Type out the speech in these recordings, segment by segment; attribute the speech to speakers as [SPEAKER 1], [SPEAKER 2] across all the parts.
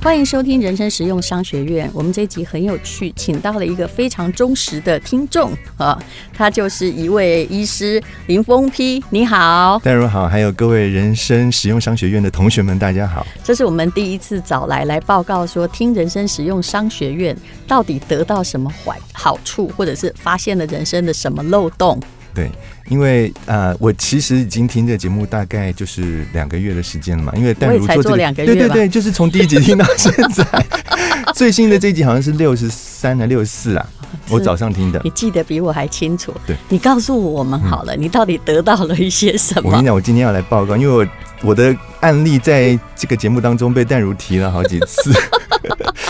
[SPEAKER 1] 欢迎收听人生实用商学院。我们这一集很有趣，请到了一个非常忠实的听众啊，他就是一位医师林峰批。你好，
[SPEAKER 2] 戴茹好，还有各位人生实用商学院的同学们，大家好。
[SPEAKER 1] 这是我们第一次找来来报告说，听人生实用商学院到底得到什么坏好处，或者是发现了人生的什么漏洞。
[SPEAKER 2] 对，因为呃，我其实已经听这个节目大概就是两个月的时间了嘛，因为但如
[SPEAKER 1] 我也才
[SPEAKER 2] 做这
[SPEAKER 1] 做两个月
[SPEAKER 2] 对对
[SPEAKER 1] 吧
[SPEAKER 2] 对，就是从第一集听到现在，最新的这一集好像是六十三还六十四啊，我早上听的
[SPEAKER 1] 哦你。记得比我还清楚。
[SPEAKER 2] 对，
[SPEAKER 1] 你告诉我们好了，你到底得到了一些什
[SPEAKER 2] 我跟
[SPEAKER 1] 么
[SPEAKER 2] 你？讲，我今天要来报告，因为我我的案例在这个节目当中被淡如提了好几 次，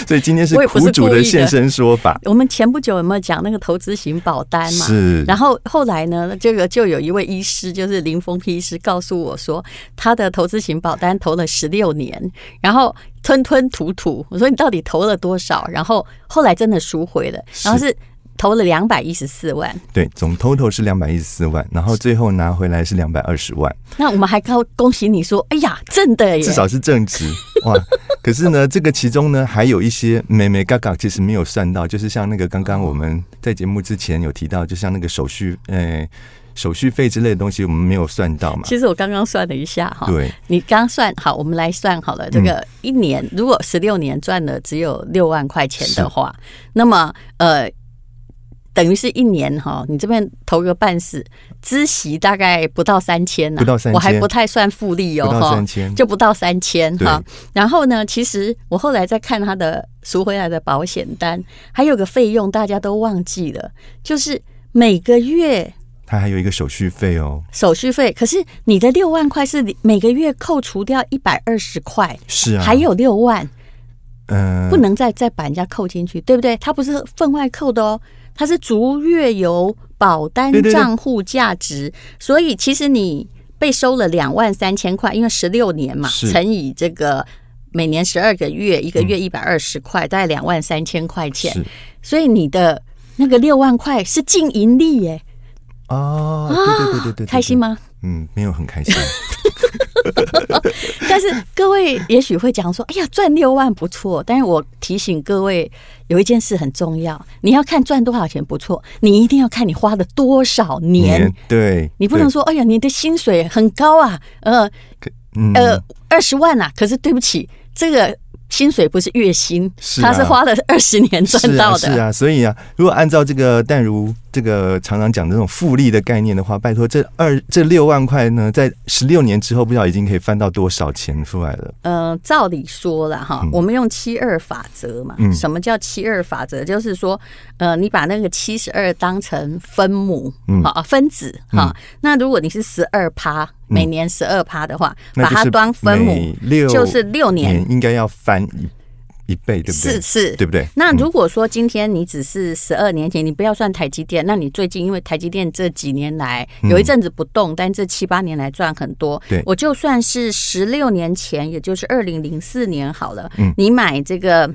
[SPEAKER 2] 所以今天是
[SPEAKER 1] 我也不是
[SPEAKER 2] 苦主
[SPEAKER 1] 故意的
[SPEAKER 2] 现身说法。
[SPEAKER 1] 我们前不久有没有讲那个投资型保单嘛？
[SPEAKER 2] 是，
[SPEAKER 1] 然后后来呢，这个就有一位医师，就是林峰批医师，告诉我说，他的投资型保单投了十六年，然后吞吞吐吐。我说你到底投了多少？然后后来真的赎回了，然后是投了两百一十四万。
[SPEAKER 2] 对，总 total 是两百一十四万，然后最后拿回来是两百二十万。
[SPEAKER 1] 那我们还告恭喜你说，哎呀，真的耶！
[SPEAKER 2] 至少是正值 哇。可是呢，这个其中呢，还有一些美美嘎嘎，其实没有算到，就是像那个刚刚我们在节目之前有提到，就像那个手续，呃，手续费之类的东西，我们没有算到嘛。
[SPEAKER 1] 其实我刚刚算了一下哈，
[SPEAKER 2] 对，
[SPEAKER 1] 你刚算好，我们来算好了。这个
[SPEAKER 2] 嗯
[SPEAKER 1] 一年、如果十六年赚了只有六万块钱的话，那么呃，等于是一年哈，你这边投个半死，孳息大概不到三千呢、
[SPEAKER 2] 不到3000
[SPEAKER 1] 我还不太算复利哦
[SPEAKER 2] 不到
[SPEAKER 1] 哈，
[SPEAKER 2] 3000
[SPEAKER 1] 就不到三千
[SPEAKER 2] 对
[SPEAKER 1] 哈。然后呢，其实我后来再看他的赎回来的保险单，还有个费用大家都忘记了，就是每个月
[SPEAKER 2] 它还有一个手续费哦。
[SPEAKER 1] 手续费，可是你的六万块是每个月扣除掉一百二十块，
[SPEAKER 2] 是啊，
[SPEAKER 1] 还有六万，
[SPEAKER 2] 嗯、
[SPEAKER 1] 不能再再把人家扣进去，对不对？它不是分外扣的哦，它是逐月有保单
[SPEAKER 2] 对对对
[SPEAKER 1] 账户价值，所以其实你被收了两万三千块，因为十六年嘛，
[SPEAKER 2] 是嗯
[SPEAKER 1] 乘以这个。每年十二个月，一个月一百二十块，大概两万三千块钱，
[SPEAKER 2] 是
[SPEAKER 1] 所以你的那个六万块是净盈利耶，
[SPEAKER 2] 哦，对对对对对对，
[SPEAKER 1] 啊开心？吗？
[SPEAKER 2] 嗯，没有很开心。
[SPEAKER 1] 但是各位也许会讲说：“哎呀，赚六万不错。”但是我提醒各位，有一件事很重要，你要看赚多少钱不错，你一定要看你花了多少 年。
[SPEAKER 2] 年对，
[SPEAKER 1] 你不能
[SPEAKER 2] 对
[SPEAKER 1] 说：“哎呀，你的薪水很高啊，呃
[SPEAKER 2] 嗯
[SPEAKER 1] 呃，二十万啊。”可是对不起，这个薪水不是月薪，
[SPEAKER 2] 是
[SPEAKER 1] 他
[SPEAKER 2] 啊
[SPEAKER 1] 是花了二十年赚到的。
[SPEAKER 2] 是啊，是啊，所以啊，如果按照这个淡如这个常常讲的这种复利的概念的话，拜托这二这六万块呢，在十六年之后，不知道已经可以翻到多少钱出来了。
[SPEAKER 1] 呃，照理说了哈，我们用七二法则嘛。
[SPEAKER 2] 嗯
[SPEAKER 1] 什么叫七二法则？就是说，呃，你把那个七十二当成分母，
[SPEAKER 2] 嗯嗯
[SPEAKER 1] 好、啊分子哈、那如果你是十二趴，每年十二趴的话，
[SPEAKER 2] 那
[SPEAKER 1] 把
[SPEAKER 2] 就
[SPEAKER 1] 它
[SPEAKER 2] 是
[SPEAKER 1] 当分母
[SPEAKER 2] 每，六
[SPEAKER 1] 就是六年，
[SPEAKER 2] 应该要翻一一倍，对不对？
[SPEAKER 1] 是是，
[SPEAKER 2] 对不对？
[SPEAKER 1] 那如果说今天你只是十二年前，你不要算台积电，那你最近因为台积电这几年来有一阵子不动，但这七八年来赚很多。
[SPEAKER 2] 对
[SPEAKER 1] 我就算是十六年前，也就是二零零四年好了，你买这个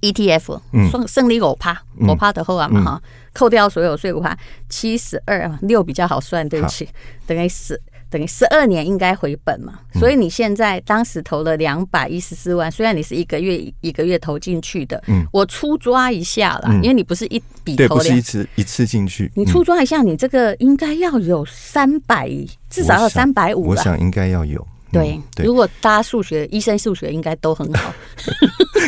[SPEAKER 1] ETF，胜
[SPEAKER 2] 嗯
[SPEAKER 1] 胜利偶趴，偶趴的后啊嘛哈，扣掉所有税五趴，七十二啊六比较好算，对不起，等于十等于十二年应该回本嘛，
[SPEAKER 2] 嗯
[SPEAKER 1] 所以你现在当时投了两百一十四万，虽然你是一个月一个月投进去的，我粗抓一下啦，因为你不是一笔
[SPEAKER 2] 嗯对，
[SPEAKER 1] 投
[SPEAKER 2] 不是
[SPEAKER 1] 两
[SPEAKER 2] 一，嗯次一次进去，
[SPEAKER 1] 你粗抓一下，你这个应该要有三百，至少要
[SPEAKER 2] 我想
[SPEAKER 1] 三百五
[SPEAKER 2] 我
[SPEAKER 1] 了。
[SPEAKER 2] 想应该要有。嗯
[SPEAKER 1] 对，
[SPEAKER 2] 对
[SPEAKER 1] 如，果大家数学、医生数学应该都很好，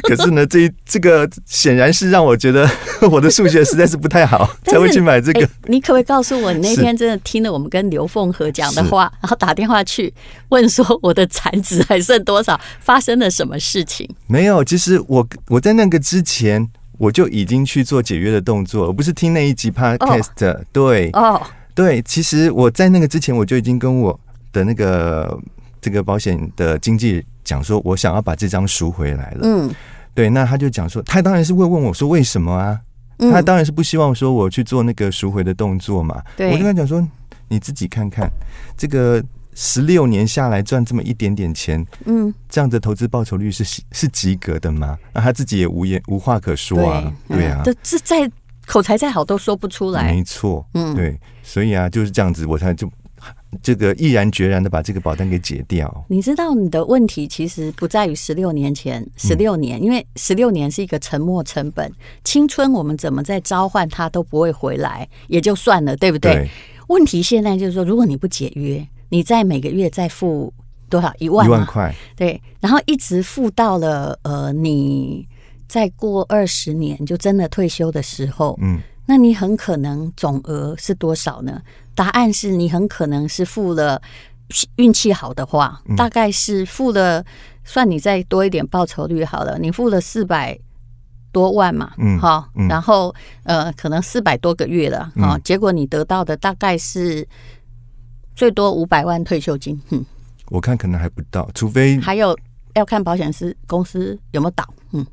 [SPEAKER 2] 可是呢，这一这个显然是让我觉得 我的数学实在是不太好，
[SPEAKER 1] 但是
[SPEAKER 2] 才会去买这
[SPEAKER 1] 哎
[SPEAKER 2] 个。
[SPEAKER 1] 你可不可以告诉我，你那
[SPEAKER 2] 是
[SPEAKER 1] 天真的听了我们跟刘凤和讲的话，然后打电话去问说我的产值还剩多少，发生了什么事情？
[SPEAKER 2] 没有，其实我我在那个之前我就已经去做解约的动作，我不是听那一集 podcast，、对、
[SPEAKER 1] 哦，
[SPEAKER 2] 对，其实我在那个之前我就已经跟我的那个这个保险的经纪人讲说，我想要把这张赎回来了。
[SPEAKER 1] 嗯，
[SPEAKER 2] 对，那他就讲说，他当然是会问我说为什么啊？
[SPEAKER 1] 嗯
[SPEAKER 2] 他当然是不希望说我去做那个赎回的动作嘛。
[SPEAKER 1] 对
[SPEAKER 2] 我就跟他讲说，你自己看看，这个十六年下来赚这么一点点钱，
[SPEAKER 1] 嗯，
[SPEAKER 2] 这样的投资报酬率是是及格的吗？那他自己也无言无话可说啊，
[SPEAKER 1] 对，嗯
[SPEAKER 2] 对啊，
[SPEAKER 1] 这这在口才再好都说不出来。
[SPEAKER 2] 没错，
[SPEAKER 1] 嗯
[SPEAKER 2] 对，所以啊就是这样子，我才就这个毅然决然的把这个保单给解掉。
[SPEAKER 1] 你知道你的问题其实不在于十六年前，
[SPEAKER 2] 嗯
[SPEAKER 1] 十六年，因为十六年是一个沉没成本，青春我们怎么在召唤它都不会回来，也就算了，对不对？
[SPEAKER 2] 对
[SPEAKER 1] 问题现在就是说，如果你不解约，你在每个月再付多少一万
[SPEAKER 2] 一
[SPEAKER 1] 吗
[SPEAKER 2] 万块，
[SPEAKER 1] 对，然后一直付到了呃，你再过二十年就真的退休的时候，
[SPEAKER 2] 嗯，
[SPEAKER 1] 那你很可能总额是多少呢？答案是你很可能是付了，运气好的话，
[SPEAKER 2] 嗯
[SPEAKER 1] 大概是付了，算你再多一点报酬率好了，你付了四百。多万嘛，
[SPEAKER 2] 嗯
[SPEAKER 1] 好、
[SPEAKER 2] 嗯
[SPEAKER 1] 然后呃，可能四百多个月了，啊、结果你得到的大概是最多五百万退休金，哼、
[SPEAKER 2] 我看可能还不到，除非
[SPEAKER 1] 还有要看保险司公司有没有倒，嗯，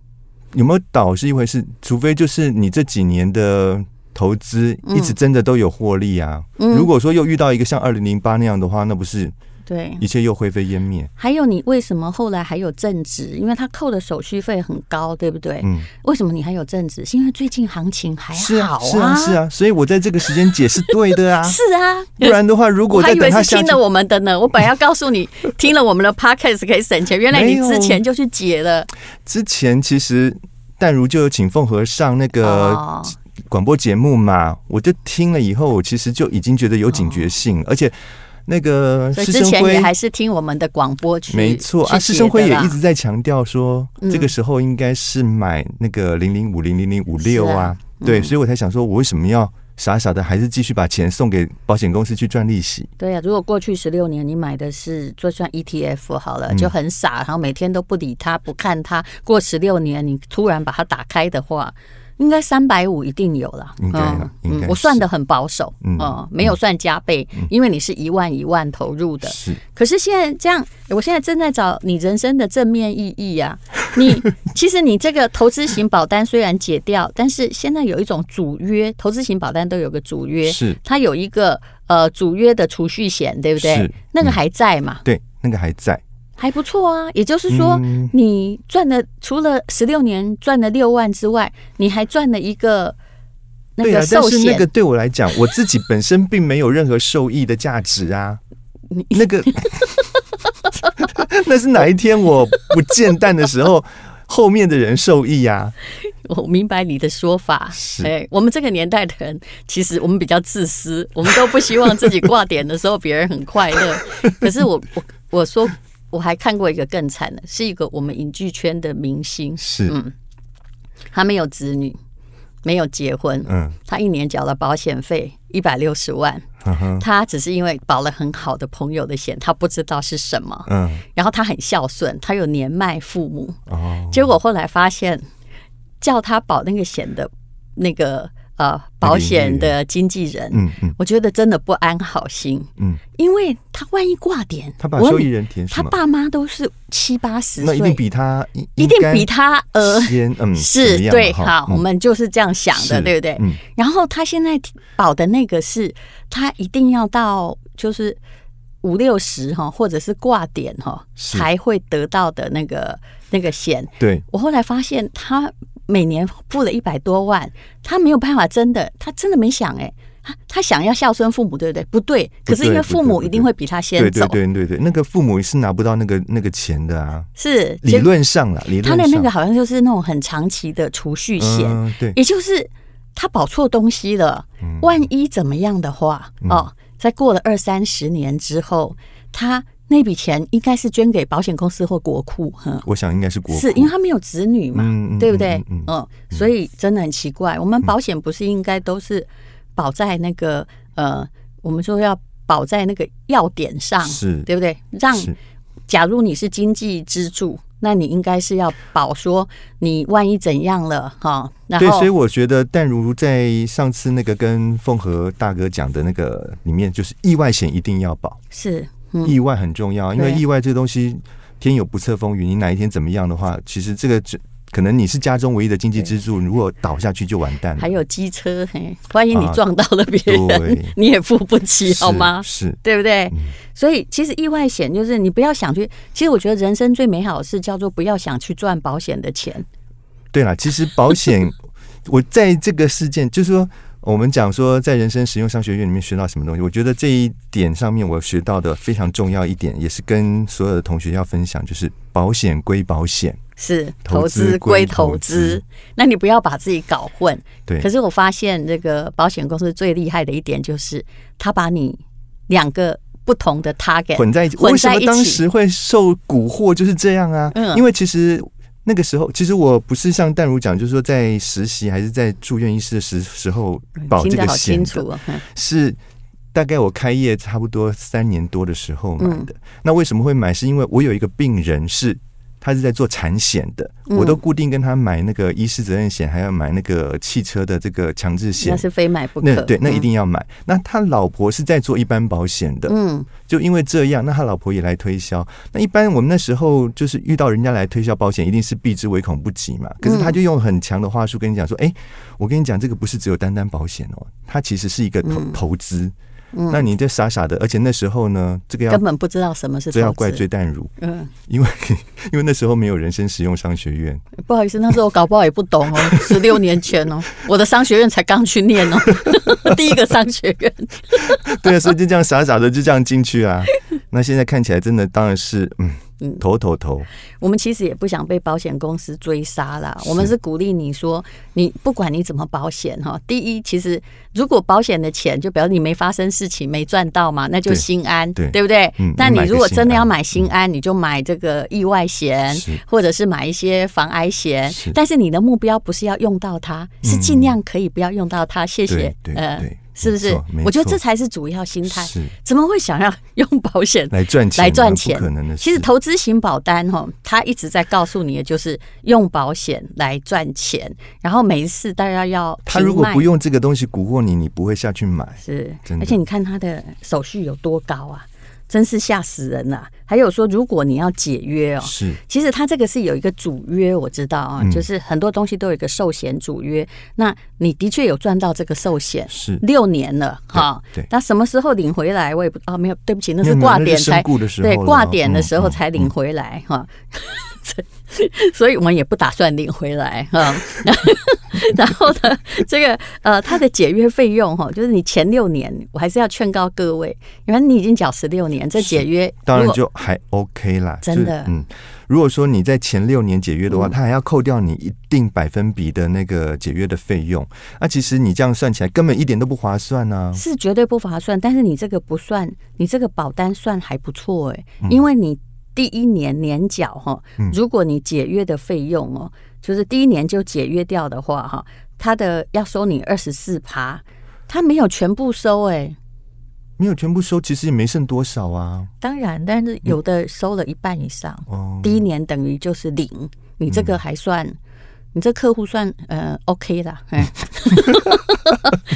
[SPEAKER 2] 有没有倒是一回事，除非就是你这几年的投资
[SPEAKER 1] 嗯
[SPEAKER 2] 一直真的都有获利啊。如果说又遇到一个像二零零八那样的话，那不是
[SPEAKER 1] 对。
[SPEAKER 2] 一切又灰飞烟灭？
[SPEAKER 1] 还有你为什么后来还有正职？因为他扣的手续费很高，对不对？
[SPEAKER 2] 嗯，
[SPEAKER 1] 为什么你还有正职？是因为最近行情还
[SPEAKER 2] 是
[SPEAKER 1] 哎好。
[SPEAKER 2] 是啊，是啊，所以我在这个时间解是对的啊
[SPEAKER 1] 是啊。
[SPEAKER 2] 不然的话，如
[SPEAKER 1] 我
[SPEAKER 2] 果
[SPEAKER 1] 还
[SPEAKER 2] 再
[SPEAKER 1] 以
[SPEAKER 2] 等
[SPEAKER 1] 为
[SPEAKER 2] 他
[SPEAKER 1] 是
[SPEAKER 2] 下
[SPEAKER 1] 听
[SPEAKER 2] 去
[SPEAKER 1] 了，我们的呢，我本来要告诉你，听了我们的 podcast 可以省钱，原来你
[SPEAKER 2] 没有
[SPEAKER 1] 之前就去解了
[SPEAKER 2] 之前其实淡如就有请凤和上那个
[SPEAKER 1] 哦，
[SPEAKER 2] 广播节目嘛，我就听了以后，我其实就已经觉得有警觉性，而且那个
[SPEAKER 1] 哦所以
[SPEAKER 2] 师
[SPEAKER 1] 之
[SPEAKER 2] 生
[SPEAKER 1] 前也
[SPEAKER 2] 辉。
[SPEAKER 1] 还是听我们的广播去，
[SPEAKER 2] 没错
[SPEAKER 1] 去
[SPEAKER 2] 啊，师生辉
[SPEAKER 1] 解的
[SPEAKER 2] 也
[SPEAKER 1] 啦
[SPEAKER 2] 一直在强调说，
[SPEAKER 1] 嗯
[SPEAKER 2] 这个时候应该是买那个零零五零零零五六
[SPEAKER 1] 是
[SPEAKER 2] 啊
[SPEAKER 1] 啊，
[SPEAKER 2] 对，所以我才想说，我为什么要傻傻的还是继续把钱送给保险公司去赚利息？
[SPEAKER 1] 对呀、啊如果过去十六年你买的是就算 ETF 好
[SPEAKER 2] 嗯
[SPEAKER 1] 了，就很傻，然后每天都不理它、不看它，过十六年你突然把它打开的话，应该三百五一定有了。
[SPEAKER 2] 应该啦应该
[SPEAKER 1] 嗯，我
[SPEAKER 2] 是
[SPEAKER 1] 算的很保守，
[SPEAKER 2] 嗯
[SPEAKER 1] 嗯、没有算加倍，因为你是一万一万投入的。
[SPEAKER 2] 是
[SPEAKER 1] 可是现在这样，我现在正在找你人生的正面意义啊！ 你其实你这个投资型保单虽然解掉，但是现在有一种主约，投资型保单都有个主约，
[SPEAKER 2] 是，
[SPEAKER 1] 它有一个呃主约的储蓄险，对不对
[SPEAKER 2] 是？嗯
[SPEAKER 1] 那个还在嘛，
[SPEAKER 2] 对，那个还在，
[SPEAKER 1] 还不错啊。也就是说，
[SPEAKER 2] 嗯
[SPEAKER 1] 你赚了除了十六年赚了六万之外，你还赚了一个那
[SPEAKER 2] 对
[SPEAKER 1] 个
[SPEAKER 2] 啊，但
[SPEAKER 1] 寿
[SPEAKER 2] 是那
[SPEAKER 1] 险。
[SPEAKER 2] 个对我来讲，我自己本身并没有任何受益的价值啊。那 个，那是哪一天我不见蛋的时候，后面的人受益啊？
[SPEAKER 1] 我明白你的说法。
[SPEAKER 2] 是
[SPEAKER 1] 哎，我们这个年代的人，其实我们比较自私，我们都不希望自己挂点的时候别人很快乐。 可是我我我说。我还看过一个更惨的，是一个我们影剧圈的明星，
[SPEAKER 2] 是，
[SPEAKER 1] 嗯他没有子女，没有结婚，
[SPEAKER 2] 嗯，
[SPEAKER 1] 他一年缴了保险费一百六十万，
[SPEAKER 2] 嗯哼，
[SPEAKER 1] 他只是因为保了很好的朋友的险，他不知道是什么，
[SPEAKER 2] 嗯，
[SPEAKER 1] 然后他很孝顺，他有年迈父母，
[SPEAKER 2] 哦，
[SPEAKER 1] 结果后来发现叫他保那个险的那个呃保险的经纪人，
[SPEAKER 2] 嗯嗯
[SPEAKER 1] 我觉得真的不安好心，
[SPEAKER 2] 嗯，
[SPEAKER 1] 因为他万一挂点，
[SPEAKER 2] 他把
[SPEAKER 1] 我问
[SPEAKER 2] 受益人填什
[SPEAKER 1] 他
[SPEAKER 2] 么？
[SPEAKER 1] 爸妈都是七八十
[SPEAKER 2] 那
[SPEAKER 1] 岁，
[SPEAKER 2] 一定比他
[SPEAKER 1] 一定比他呃。
[SPEAKER 2] 先嗯
[SPEAKER 1] 是
[SPEAKER 2] 怎么样
[SPEAKER 1] 对，
[SPEAKER 2] 哈
[SPEAKER 1] 好，
[SPEAKER 2] 嗯
[SPEAKER 1] 我们就是这样想的，
[SPEAKER 2] 是
[SPEAKER 1] 对不对？
[SPEAKER 2] 嗯
[SPEAKER 1] 然后他现在保的那个是，他一定要到就是五六十哈，或者是挂点哈，
[SPEAKER 2] 是
[SPEAKER 1] 才会得到的那个那个险。
[SPEAKER 2] 对
[SPEAKER 1] 我后来发现他每年付了一百多万，他没有办法，真的，他真的没想哎、他他想要孝顺父母，对不对？不对，
[SPEAKER 2] 不
[SPEAKER 1] 可
[SPEAKER 2] 对
[SPEAKER 1] 是因为父母一定会比他
[SPEAKER 2] 对
[SPEAKER 1] 先走
[SPEAKER 2] 对，对对对，那个父母是拿不到那个那个钱的啊，
[SPEAKER 1] 是
[SPEAKER 2] 理
[SPEAKER 1] 结果
[SPEAKER 2] 论上啦，理
[SPEAKER 1] 他
[SPEAKER 2] 论
[SPEAKER 1] 的
[SPEAKER 2] 上
[SPEAKER 1] 那个好像就是那种很长期的储蓄险，
[SPEAKER 2] 嗯对嗯
[SPEAKER 1] 也就是他保错东西了，万一怎么样的话，哦，在过了二三十年之后，他那笔钱应该是捐给保险公司或国库，哼，
[SPEAKER 2] 我想应该是国
[SPEAKER 1] 是
[SPEAKER 2] 库
[SPEAKER 1] 因为他没有子女嘛，
[SPEAKER 2] 嗯嗯
[SPEAKER 1] 对不对？
[SPEAKER 2] 嗯嗯
[SPEAKER 1] 嗯所以真的很奇怪，我们保险不是应该都是保在那个呃，我们说要保在那个要点上，
[SPEAKER 2] 是
[SPEAKER 1] 对不对？让
[SPEAKER 2] 是
[SPEAKER 1] 假如你是经济支柱，那你应该是要保说你万一怎样了哈，然
[SPEAKER 2] 对，
[SPEAKER 1] 后
[SPEAKER 2] 所以我觉得淡如在上次那个跟凤和大哥讲的那个里面，就是意外险一定要保，
[SPEAKER 1] 是嗯
[SPEAKER 2] 意外很重要，因为
[SPEAKER 1] 对
[SPEAKER 2] 意外这个东西天有不测风云，你哪一天怎么样的话，其实这个只可能你是家中唯一的经济支柱，如果倒下去就完蛋了。
[SPEAKER 1] 还有机车，嘿，万一你
[SPEAKER 2] 嗯啊
[SPEAKER 1] 撞到了别人，
[SPEAKER 2] 对
[SPEAKER 1] 你也付不起，好吗？
[SPEAKER 2] 是嗯
[SPEAKER 1] 对不对？所以其实意外险就是你不要想去，其实我觉得人生最美好的事叫做不要想去赚保险的钱。
[SPEAKER 2] 对啦，其实保险，我在这个事件，就是说，我们讲说在人生实用商学院里面学到什么东西，我觉得这一点上面我学到的非常重要一点，也是跟所有的同学要分享，就是保险归保险，
[SPEAKER 1] 是
[SPEAKER 2] 投
[SPEAKER 1] 投
[SPEAKER 2] 资
[SPEAKER 1] 资归
[SPEAKER 2] 归投
[SPEAKER 1] 投
[SPEAKER 2] 资
[SPEAKER 1] 资，那你不要把自己搞混。
[SPEAKER 2] 对
[SPEAKER 1] 可是我发现这个保险公司最厉害的一点就是，他把你两个不同的 target
[SPEAKER 2] 混在一起。
[SPEAKER 1] 混
[SPEAKER 2] 为什
[SPEAKER 1] 在
[SPEAKER 2] 么
[SPEAKER 1] 一
[SPEAKER 2] 当
[SPEAKER 1] 起。
[SPEAKER 2] 时会受蛊惑？就是这样啊，
[SPEAKER 1] 嗯
[SPEAKER 2] 因为其实。那个时候，其实我不是像淡如讲，就是说在实习还是在住院医师的时时候保
[SPEAKER 1] 听
[SPEAKER 2] 这
[SPEAKER 1] 得
[SPEAKER 2] 个
[SPEAKER 1] 好清
[SPEAKER 2] 险的
[SPEAKER 1] 楚，哦，嗯
[SPEAKER 2] 是大概我开业差不多三年多的时候买
[SPEAKER 1] 嗯
[SPEAKER 2] 的。那为什么会买？是因为我有一个病人是。他是在做产险的，
[SPEAKER 1] 嗯
[SPEAKER 2] 我都固定跟他买那个医师责任险，还要买那个汽车的这个强制险
[SPEAKER 1] 那。是非买不
[SPEAKER 2] 那
[SPEAKER 1] 可。
[SPEAKER 2] 对，那
[SPEAKER 1] 嗯
[SPEAKER 2] 一。定要买。那他老婆是在做一般保险的，
[SPEAKER 1] 嗯，
[SPEAKER 2] 就因为这样，那他老婆也来推销。那一般我们那时候就是遇到人家来推销保险，一定是避之唯恐不及嘛。可是他就用很强的话术跟你讲
[SPEAKER 1] 嗯
[SPEAKER 2] 说：“哎、我跟你讲，这个不是只有单单保险哦，它其实是一个投、
[SPEAKER 1] 嗯
[SPEAKER 2] 投资。”那你这傻傻的，而且那时候呢，这个要
[SPEAKER 1] 根本不知道什么是
[SPEAKER 2] 这要
[SPEAKER 1] 投
[SPEAKER 2] 怪
[SPEAKER 1] 资。
[SPEAKER 2] 罪淡如，
[SPEAKER 1] 嗯，
[SPEAKER 2] 因为因为那时候没有人生实用商学院，
[SPEAKER 1] 不好意思，那时候我搞不好也不懂哦，十六年前哦，我的商学院才刚去念哦， 第一个商学院。
[SPEAKER 2] 对啊，所以就这样傻傻的就这样进去 啊。那现在看起来真的当然是嗯，头头头，
[SPEAKER 1] 我们其实也不想被保险公司追杀啦，我们是鼓励你说，你不管你怎么保险哈，第一，其实如果保险的钱就表示你没发生事情没赚到嘛，那就
[SPEAKER 2] 对
[SPEAKER 1] 心安，
[SPEAKER 2] 对
[SPEAKER 1] 不对
[SPEAKER 2] 嗯？
[SPEAKER 1] 但你如果真的要
[SPEAKER 2] 买
[SPEAKER 1] 买心安，你就买这个意外险
[SPEAKER 2] 嗯是，
[SPEAKER 1] 或者是买一些防癌险
[SPEAKER 2] 是，
[SPEAKER 1] 但是你的目标不是要用到它，是尽量可以不要用到它。谢谢
[SPEAKER 2] 对，对
[SPEAKER 1] 呃
[SPEAKER 2] 对，
[SPEAKER 1] 是不
[SPEAKER 2] 没
[SPEAKER 1] 是
[SPEAKER 2] 错没？
[SPEAKER 1] 我觉得
[SPEAKER 2] 错
[SPEAKER 1] 这才是主要心态。
[SPEAKER 2] 是
[SPEAKER 1] 怎么会想要 用保险
[SPEAKER 2] 来赚钱吗
[SPEAKER 1] 来赚钱，
[SPEAKER 2] 不可能的事。
[SPEAKER 1] 其实投资型保单哈，它一直在告诉你的就是用保险来赚钱，然后每一次大家要
[SPEAKER 2] 他如果
[SPEAKER 1] 停卖
[SPEAKER 2] 不用这个东西蛊惑你，你不会下去买。
[SPEAKER 1] 是
[SPEAKER 2] 真，的
[SPEAKER 1] 而且你看它的手续有多高啊，真是吓死人了、还有说，如果你要解约哦，
[SPEAKER 2] 是嗯
[SPEAKER 1] 其实它这个是有一个主约，我知道啊，就是很多东西都有一个寿险主约，那你的确有赚到这个寿险。
[SPEAKER 2] 是，
[SPEAKER 1] 六年了哈
[SPEAKER 2] 对对，
[SPEAKER 1] 那什么时候领回来我也不啊，没有，对不起，那是
[SPEAKER 2] 没有
[SPEAKER 1] 挂
[SPEAKER 2] 那是
[SPEAKER 1] 点
[SPEAKER 2] 身
[SPEAKER 1] 才
[SPEAKER 2] 故的时候
[SPEAKER 1] 对
[SPEAKER 2] 了
[SPEAKER 1] 挂
[SPEAKER 2] 嗯
[SPEAKER 1] 点的时候
[SPEAKER 2] 嗯
[SPEAKER 1] 才领回来哈， 所以我们也不打算领回来哈。 然后呢，这个呃，它的解约费用哈，就是你前六年，我还是要劝告各位，因为你已经缴十六年，这解约
[SPEAKER 2] 当
[SPEAKER 1] 如
[SPEAKER 2] 然
[SPEAKER 1] 果
[SPEAKER 2] 就还 OK 啦。
[SPEAKER 1] 真
[SPEAKER 2] 就是
[SPEAKER 1] 的嗯
[SPEAKER 2] 嗯，如果说你在前六年解约的话，他还要扣掉你一定百分比的那个解约的费用。那其实你这样算起来根本一点都不划算啊。
[SPEAKER 1] 是绝对不划算，但是你这个不算，你这个保单算还不错哎、因为你第一年年缴哈，如果你解约的费用哦，就是第一年就解约掉的话哈，他的要收你二十四趴，他没有全部收哎、
[SPEAKER 2] 没有全部收，其实也没剩多少啊。
[SPEAKER 1] 当然，但是有的收了一半以上，
[SPEAKER 2] 哦，
[SPEAKER 1] 第一年等于就是零，你这个
[SPEAKER 2] 嗯
[SPEAKER 1] 还算。你这客户算呃 OK 啦， 哎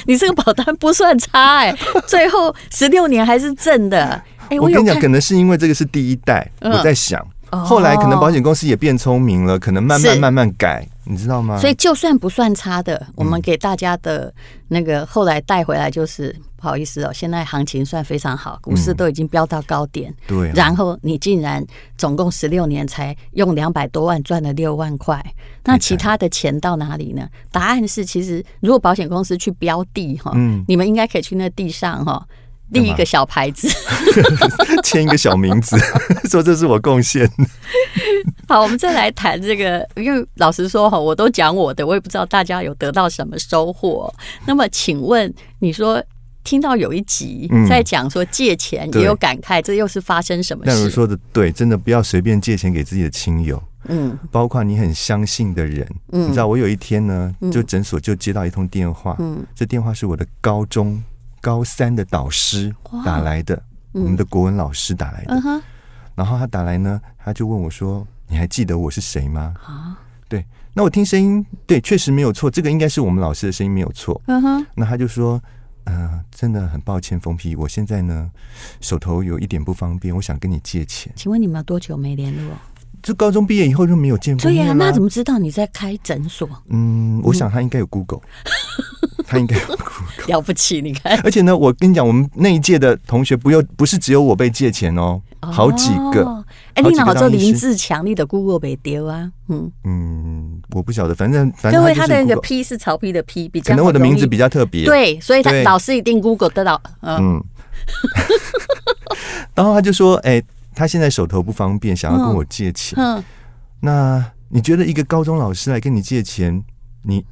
[SPEAKER 1] 你这个保单不算差 哎、最后十六年还是正的。哎、
[SPEAKER 2] 我
[SPEAKER 1] 有
[SPEAKER 2] 跟你
[SPEAKER 1] 看
[SPEAKER 2] 讲，可能是因为这个是第一代，
[SPEAKER 1] 嗯
[SPEAKER 2] 我在想，
[SPEAKER 1] 哦
[SPEAKER 2] 后来可能保险公司也变聪明了，可能慢慢
[SPEAKER 1] 是
[SPEAKER 2] 慢慢改，你知道吗？
[SPEAKER 1] 所以就算不算差的，
[SPEAKER 2] 嗯
[SPEAKER 1] 我们给大家的那个后来带回来就是不好意思哦，现在行情算非常好，股市都已经飙到高点，
[SPEAKER 2] 对啊
[SPEAKER 1] 然后你竟然总共十六年才用两百多万赚了六万块，那其他的钱到哪里呢？答案是，其实如果保险公司去标地哈，
[SPEAKER 2] 嗯
[SPEAKER 1] 你们应该可以去那地上哈立一个小牌子，
[SPEAKER 2] 签一个小名字， 说这是我贡献。
[SPEAKER 1] 好，我们再来谈这个，因为老实说哈，我都讲我的，我也不知道大家有得到什么收获。那么，请问你说听到有一集
[SPEAKER 2] 嗯
[SPEAKER 1] 在讲说借钱
[SPEAKER 2] 对
[SPEAKER 1] 也有感慨，这又是发生什么
[SPEAKER 2] 淡如
[SPEAKER 1] 事？
[SPEAKER 2] 说的对，真的不要随便借钱给自己的亲友，
[SPEAKER 1] 嗯
[SPEAKER 2] 包括你很相信的人。你知道，我有一天呢，就诊所就接到一通电话，
[SPEAKER 1] 嗯
[SPEAKER 2] 这电话是我的高中高三的导师
[SPEAKER 1] 哇
[SPEAKER 2] 打来的，我们的国文老师打来的。
[SPEAKER 1] 嗯哼
[SPEAKER 2] 然后他打来呢，他就问我说：“你还记得我是谁吗
[SPEAKER 1] 啊？”
[SPEAKER 2] 对，那我听声音，对，确实没有错，这个应该是我们老师的声音没有错。
[SPEAKER 1] 嗯哼，
[SPEAKER 2] 那他就说：“呃，真的很抱歉，冯皮，我现在呢手头有一点不方便，我想跟你借钱。
[SPEAKER 1] 请问你们有多久没联络？
[SPEAKER 2] 就高中毕业以后就没有见过
[SPEAKER 1] 对
[SPEAKER 2] 面
[SPEAKER 1] 呀、
[SPEAKER 2] 啦。
[SPEAKER 1] 那怎么知道你在开诊所？
[SPEAKER 2] 嗯，我想他应该有 Google，他应该有哭。
[SPEAKER 1] 了不起，你看，
[SPEAKER 2] 而且呢，我跟你讲，我们那一届的同学不用不是只有我被借钱哦，好几个
[SPEAKER 1] 哦。哎，
[SPEAKER 2] 好
[SPEAKER 1] 你
[SPEAKER 2] 几个
[SPEAKER 1] 老做
[SPEAKER 2] 当医
[SPEAKER 1] 林
[SPEAKER 2] 师
[SPEAKER 1] 志强，你的姑姑被丢啊，嗯，
[SPEAKER 2] 嗯，我不晓得，反正反正
[SPEAKER 1] 各位
[SPEAKER 2] 他
[SPEAKER 1] 他
[SPEAKER 2] 就是
[SPEAKER 1] 的那个
[SPEAKER 2] Google-
[SPEAKER 1] P 是曹丕的 P，比较
[SPEAKER 2] 可能我
[SPEAKER 1] 好
[SPEAKER 2] 的
[SPEAKER 1] 容易
[SPEAKER 2] 名字比较特别。
[SPEAKER 1] 对，所以他
[SPEAKER 2] 对
[SPEAKER 1] 老师一定 Google 得到，嗯，
[SPEAKER 2] 嗯， 然后他就说：“哎、他现在手头不方便，想要跟我借钱。
[SPEAKER 1] 哼
[SPEAKER 2] 那你觉得一个高中老师来跟你借钱，你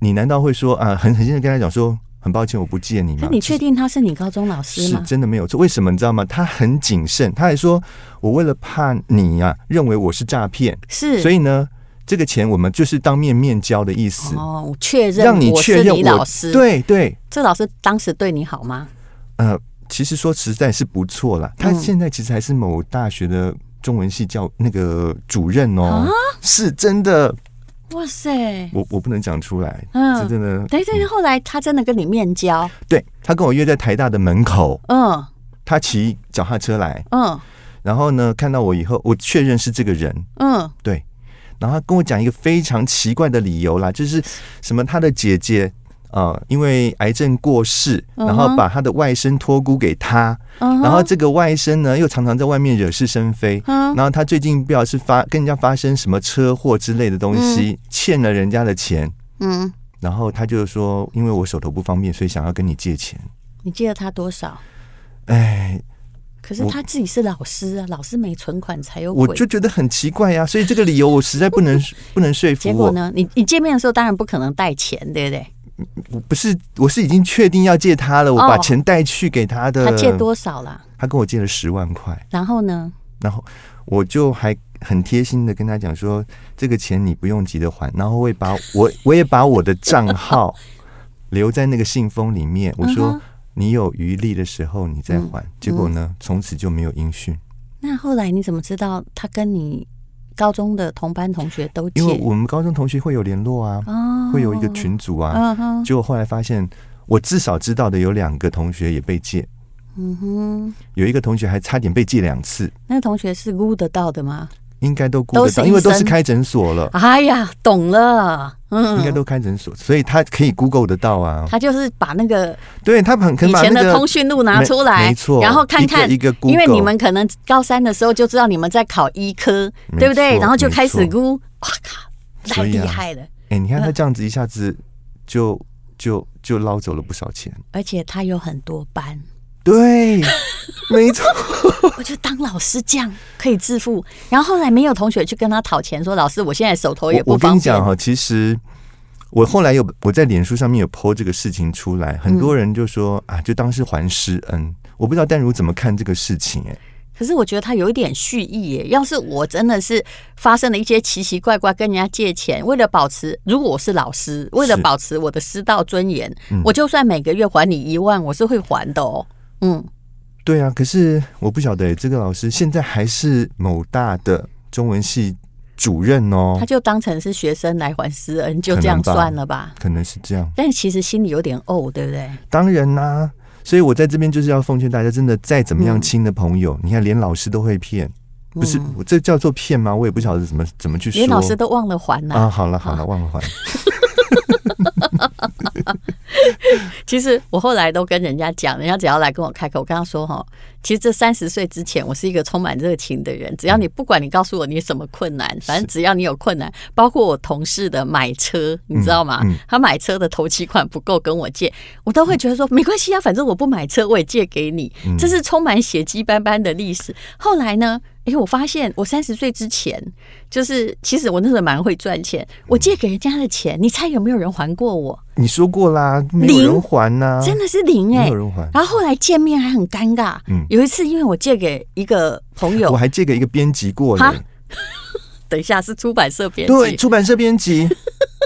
[SPEAKER 2] 你难道会说啊，很很现在跟他讲说，很抱歉，我不借你吗
[SPEAKER 1] 那？你确定他是你高中老师
[SPEAKER 2] 是
[SPEAKER 1] 吗？
[SPEAKER 2] 真的没有错？为什么你知道吗？他很谨慎，他还说我为了怕你呀、认为我是诈骗，
[SPEAKER 1] 是，
[SPEAKER 2] 所
[SPEAKER 1] 以
[SPEAKER 2] 以呢，这个钱我们就是当面面交的意思，
[SPEAKER 1] 哦，确认
[SPEAKER 2] 让你
[SPEAKER 1] 我
[SPEAKER 2] 确
[SPEAKER 1] 是
[SPEAKER 2] 认
[SPEAKER 1] 你
[SPEAKER 2] 我
[SPEAKER 1] 老师，，
[SPEAKER 2] 对对，
[SPEAKER 1] 这老师当时对你好吗？
[SPEAKER 2] 呃，其实说实在是不错
[SPEAKER 1] 嗯
[SPEAKER 2] 啦。他现在其实还是某大学的中文系教那个主任
[SPEAKER 1] 啊
[SPEAKER 2] 哦，是真的。
[SPEAKER 1] 哇塞，
[SPEAKER 2] 我我不能讲出来，
[SPEAKER 1] 嗯
[SPEAKER 2] 是真的。
[SPEAKER 1] 对对，后来他真的跟你面交，
[SPEAKER 2] 对他跟我约在台大的门口，
[SPEAKER 1] 嗯
[SPEAKER 2] 他骑脚踏车来，
[SPEAKER 1] 嗯
[SPEAKER 2] 然后呢看到我以后，我确认是这个人，
[SPEAKER 1] 嗯，
[SPEAKER 2] 对。然后他跟我讲一个非常奇怪的理由啦，就是什么他的姐姐呃因为癌症过世，然
[SPEAKER 1] 嗯
[SPEAKER 2] 后
[SPEAKER 1] 哼
[SPEAKER 2] 把他的外甥托孤给他，
[SPEAKER 1] 嗯
[SPEAKER 2] 然
[SPEAKER 1] 哼
[SPEAKER 2] 后这个外甥呢，又常常在外面惹是生非。
[SPEAKER 1] 嗯
[SPEAKER 2] 然后他最近不晓得是发跟人家发生什么车祸之类的东西，欠了人家的钱，
[SPEAKER 1] 嗯，
[SPEAKER 2] 然后他就说，因为我手头不方便，所以想要跟你借钱。
[SPEAKER 1] 你借了他多少？
[SPEAKER 2] 哎，
[SPEAKER 1] 可是
[SPEAKER 2] 我
[SPEAKER 1] 他自己是老师啊，老师没存款才有
[SPEAKER 2] 我
[SPEAKER 1] 鬼。
[SPEAKER 2] 就觉得很奇怪呀、所以这个理由我实 在不能不能说服
[SPEAKER 1] 结果
[SPEAKER 2] 我。
[SPEAKER 1] 呢？你你见面的时候当然不可能带钱，对不对？
[SPEAKER 2] 我不是，我是已经确定要借他了，我把钱带去给他的。
[SPEAKER 1] 哦他借？多少啦？
[SPEAKER 2] 他跟我借了十万块，
[SPEAKER 1] 然后呢？
[SPEAKER 2] 然后我就还很贴心的跟他讲说，这个钱你不用急着还，然后我 也把我我也把我的账号留在那个信封里面，我
[SPEAKER 1] 嗯
[SPEAKER 2] 说
[SPEAKER 1] 哼嗯
[SPEAKER 2] 你有余力的时候你再还。结果呢，从此就没有音讯，
[SPEAKER 1] 那后来你怎么知道他跟你高中的同班同学都借？
[SPEAKER 2] 因为我们高中同学会有联络啊，
[SPEAKER 1] 哦
[SPEAKER 2] 会有一个，群组啊，
[SPEAKER 1] 嗯哼，
[SPEAKER 2] 结果后来发现。我至少知道的有两个同学也被借，
[SPEAKER 1] 嗯哼，
[SPEAKER 2] 有一个同学还差点被借两次，
[SPEAKER 1] 那个同学是估得到的吗？
[SPEAKER 2] 应该都估
[SPEAKER 1] 都
[SPEAKER 2] 得
[SPEAKER 1] 是
[SPEAKER 2] 到，因为
[SPEAKER 1] 医
[SPEAKER 2] 都是
[SPEAKER 1] 生
[SPEAKER 2] 开诊所了，
[SPEAKER 1] 哎呀，懂了，嗯，
[SPEAKER 2] 应该都开诊所，所以他可以 Google 得到啊。
[SPEAKER 1] 他就是把那个
[SPEAKER 2] 对他很可
[SPEAKER 1] 以
[SPEAKER 2] 能把
[SPEAKER 1] 前
[SPEAKER 2] 那
[SPEAKER 1] 的
[SPEAKER 2] 个
[SPEAKER 1] 通讯录拿出来，
[SPEAKER 2] 没没错
[SPEAKER 1] 然后看看
[SPEAKER 2] 一个一个 Google
[SPEAKER 1] 因为你们可能高三的时候就知道你们在考医科，对不
[SPEAKER 2] 没
[SPEAKER 1] 对？
[SPEAKER 2] 错
[SPEAKER 1] 然后就开始
[SPEAKER 2] 没错
[SPEAKER 1] 估，哇靠，太
[SPEAKER 2] 所以
[SPEAKER 1] 厉
[SPEAKER 2] 啊
[SPEAKER 1] 害了！
[SPEAKER 2] 哎、你看他这样子一下子就就就捞走了不少钱。
[SPEAKER 1] 而且他有很多班，
[SPEAKER 2] 对，没错，
[SPEAKER 1] 我就当老师这样可以致富。然后后来没有同学去跟他讨钱，说老师 我现在手头也
[SPEAKER 2] 我
[SPEAKER 1] 不
[SPEAKER 2] 我跟
[SPEAKER 1] 方
[SPEAKER 2] 你讲啊
[SPEAKER 1] 便。
[SPEAKER 2] 哈，其实我后来有我在脸书上面有 PO 这个事情出来，很多人就说、
[SPEAKER 1] 嗯
[SPEAKER 2] 啊，就当是还施恩。我不知道淡如怎么看这个事情、哎，
[SPEAKER 1] 可是我觉得他有一点蓄意耶。要是我真的是发生了一些奇奇怪怪，跟人家借钱，为了保持，如果我是老师，为了
[SPEAKER 2] 是嗯
[SPEAKER 1] 保持我的师道尊严，我就算每个月还你一万，我是会还的哦。嗯，
[SPEAKER 2] 对啊，可是我不晓得、哎这个老师现在还是某大的中文系主任哦
[SPEAKER 1] 他，就当成是学生来还师恩，就这样算了吧。
[SPEAKER 2] 可能是这样。
[SPEAKER 1] 但其实心里有点怄，对不对？
[SPEAKER 2] 当然啦、所以我在这边就是要奉劝大家，真的再怎么样亲的朋
[SPEAKER 1] 嗯
[SPEAKER 2] 友，你看连老师都会骗，不是、我这叫做骗吗？我也不晓得怎么怎么去说。
[SPEAKER 1] 连嗯老师都忘了还呐、
[SPEAKER 2] 啊，好了好了，忘了还。
[SPEAKER 1] 其实我后来都跟人家讲，人家只要来跟我开口，我跟他说哈，其实这三十岁之前，我是一个充满热情的人。只要你不管你告诉我你什么困难，反正只要你有困难，包括我同事的买车，你知道吗？他买车的头期款不够跟我借，我都会觉得说没关系啊，反正我不买车我也借给你，这是充满血迹斑斑的历史。后来呢？哎，我发现我三十岁之前，就是其实我那时候蛮会赚钱，我借给人家的钱，你猜有没有人还过我？
[SPEAKER 2] 你说 过啦，没有人还呐、
[SPEAKER 1] 真的是零哎、
[SPEAKER 2] 没有人还。
[SPEAKER 1] 然后后来见面还很尴尬。
[SPEAKER 2] 嗯
[SPEAKER 1] 有一次因为我借给一个朋
[SPEAKER 2] 我
[SPEAKER 1] 友，
[SPEAKER 2] 还借给一个编辑过
[SPEAKER 1] 哈
[SPEAKER 2] 嘞，
[SPEAKER 1] 等一下是出版社编
[SPEAKER 2] 对，
[SPEAKER 1] 辑，
[SPEAKER 2] 出版社 编辑，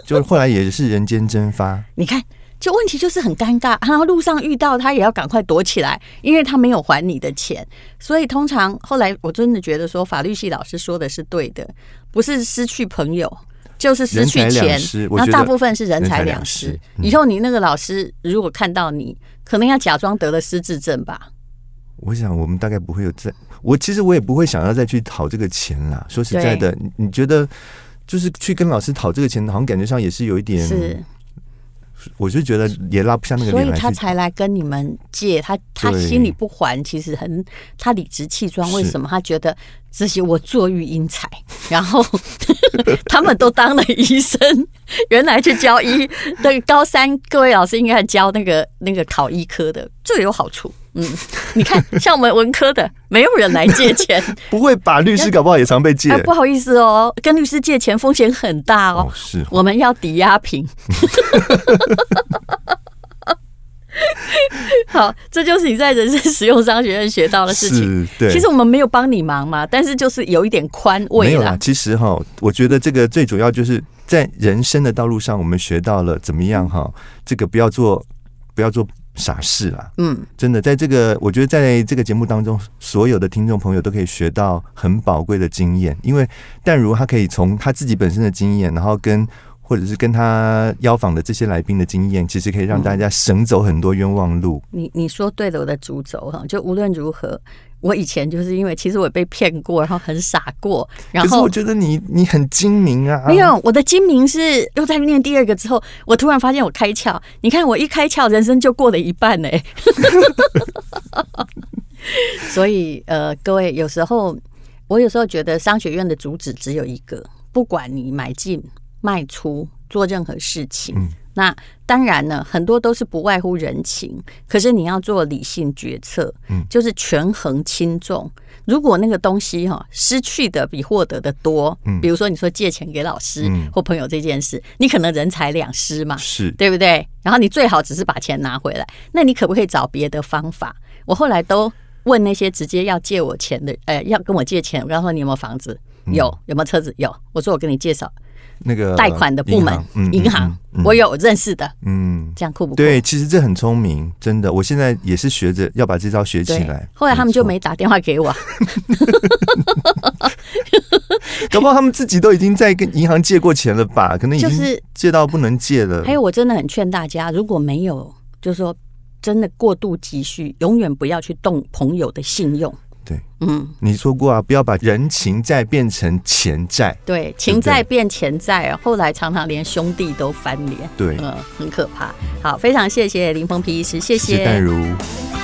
[SPEAKER 2] 就后来也是人间蒸发。
[SPEAKER 1] 你看。就问题就是很尴尬，然后路上遇到他也要赶快躲起来，因为他没有还你的钱。所以通常后来我真的觉得说，法律系老师说的是对的，不是失去朋友，就是失去
[SPEAKER 2] 人财
[SPEAKER 1] 钱
[SPEAKER 2] 两失。我
[SPEAKER 1] 然后
[SPEAKER 2] 觉得
[SPEAKER 1] 大部分是人
[SPEAKER 2] 人
[SPEAKER 1] 财
[SPEAKER 2] 财
[SPEAKER 1] 两
[SPEAKER 2] 两失嗯
[SPEAKER 1] 失。以后你那个老师如果看到你，可能要假装得了失智症吧？
[SPEAKER 2] 我想我们大概不会有再，我其实我也不会想要再去讨这个钱啦。说实在的，你嗯你觉得就是去跟老师讨这个钱，好像感觉上也是有一点
[SPEAKER 1] 是
[SPEAKER 2] 我就觉得也拉不下那个
[SPEAKER 1] 所
[SPEAKER 2] 脸
[SPEAKER 1] 以
[SPEAKER 2] 来
[SPEAKER 1] 他
[SPEAKER 2] 去
[SPEAKER 1] 才来跟你们借，他他
[SPEAKER 2] 对
[SPEAKER 1] 心里不还，其实很他理直气壮。为
[SPEAKER 2] 是
[SPEAKER 1] 什么？他觉得这些我坐育英才，然后 他们都当了医生，原来去教医，那个高三各位老师应该教那个那个考医科的，这有好处。嗯，你看，像我们文科的，没有人来借 钱，
[SPEAKER 2] 不会把律师搞不好也常被借
[SPEAKER 1] 哎，不好意思哦，跟律师借钱风险很大哦
[SPEAKER 2] 哦，是
[SPEAKER 1] 我们要抵押 品。好，这就是你在人生实用商学院学到的事情。
[SPEAKER 2] 是，对，
[SPEAKER 1] 其实我们没有帮你忙嘛，但是就是有一点宽
[SPEAKER 2] 没
[SPEAKER 1] 慰
[SPEAKER 2] 有
[SPEAKER 1] 啦
[SPEAKER 2] 啦。。其实哈，我觉得这个最主要就是在人生的道路上，我们学到了怎么样哈，这个不要做，不要做傻事啦。
[SPEAKER 1] 嗯，
[SPEAKER 2] 真的，在这个我觉得在这个节目当中，所有的听众朋友都可以学到很宝贵的经验，因为淡如他可以从他自己本身的经验，然后跟或者是跟他邀访的这些来宾的经验，其实可以让大
[SPEAKER 1] 嗯
[SPEAKER 2] 家省走很多冤枉路。
[SPEAKER 1] 你你说对了，我的主轴哈，就无论如何，我以前就是因为其实我也被骗过，然后很傻过，然
[SPEAKER 2] 可是
[SPEAKER 1] 后
[SPEAKER 2] 我觉得你你很精明啊，
[SPEAKER 1] 没有，我的精明是又在念第二个之后，我突然发现我开窍。你看我一开窍，人生就过了一半欸呢、 所以呃，各位有时候我有时候觉得商学院的主旨只有一个，不管你买进卖出做任何事情。
[SPEAKER 2] 嗯
[SPEAKER 1] 那当然呢，很多都是不外乎人情，可是你要做理性决策，
[SPEAKER 2] 嗯
[SPEAKER 1] 就是权衡轻重。如果那个东西哈、失去的比获得的多，比如说你说借钱给老师
[SPEAKER 2] 嗯
[SPEAKER 1] 或朋友这件事，你可能人财两失嘛，
[SPEAKER 2] 是
[SPEAKER 1] 对不对？然后你最好只是把钱拿回来，那你可不可以找别的方法？我后来都问那些直接要借我钱的，呃，要跟我借钱，我跟他说你有没有房子？有，有没有车子？有。我说我给你介绍
[SPEAKER 2] 那个
[SPEAKER 1] 贷款的部门，呃银行，嗯我有认识的，
[SPEAKER 2] 嗯。
[SPEAKER 1] 这样酷不酷？
[SPEAKER 2] 对，其实这很聪明，真的。我现在也是学着要把这招学起
[SPEAKER 1] 对
[SPEAKER 2] 来。
[SPEAKER 1] 后来他们就
[SPEAKER 2] 错
[SPEAKER 1] 没打电话给 我，
[SPEAKER 2] 搞不好他们自己都已经在跟银行借过钱了吧？可能已
[SPEAKER 1] 就
[SPEAKER 2] 经
[SPEAKER 1] 是
[SPEAKER 2] 借到不能借了。
[SPEAKER 1] 还有，我真的很劝大家，如果没有，就是说真的过度积蓄，永远不要去动朋友的信用。
[SPEAKER 2] 对，
[SPEAKER 1] 嗯，
[SPEAKER 2] 你说过啊，不要把人情债变成钱债。
[SPEAKER 1] 对，情债变钱债哦，后来常常连兄弟都翻脸，
[SPEAKER 2] 对
[SPEAKER 1] 嗯，很可怕。好，非常谢谢林峰皮医师，谢
[SPEAKER 2] 谢谢淡如。
[SPEAKER 1] 谢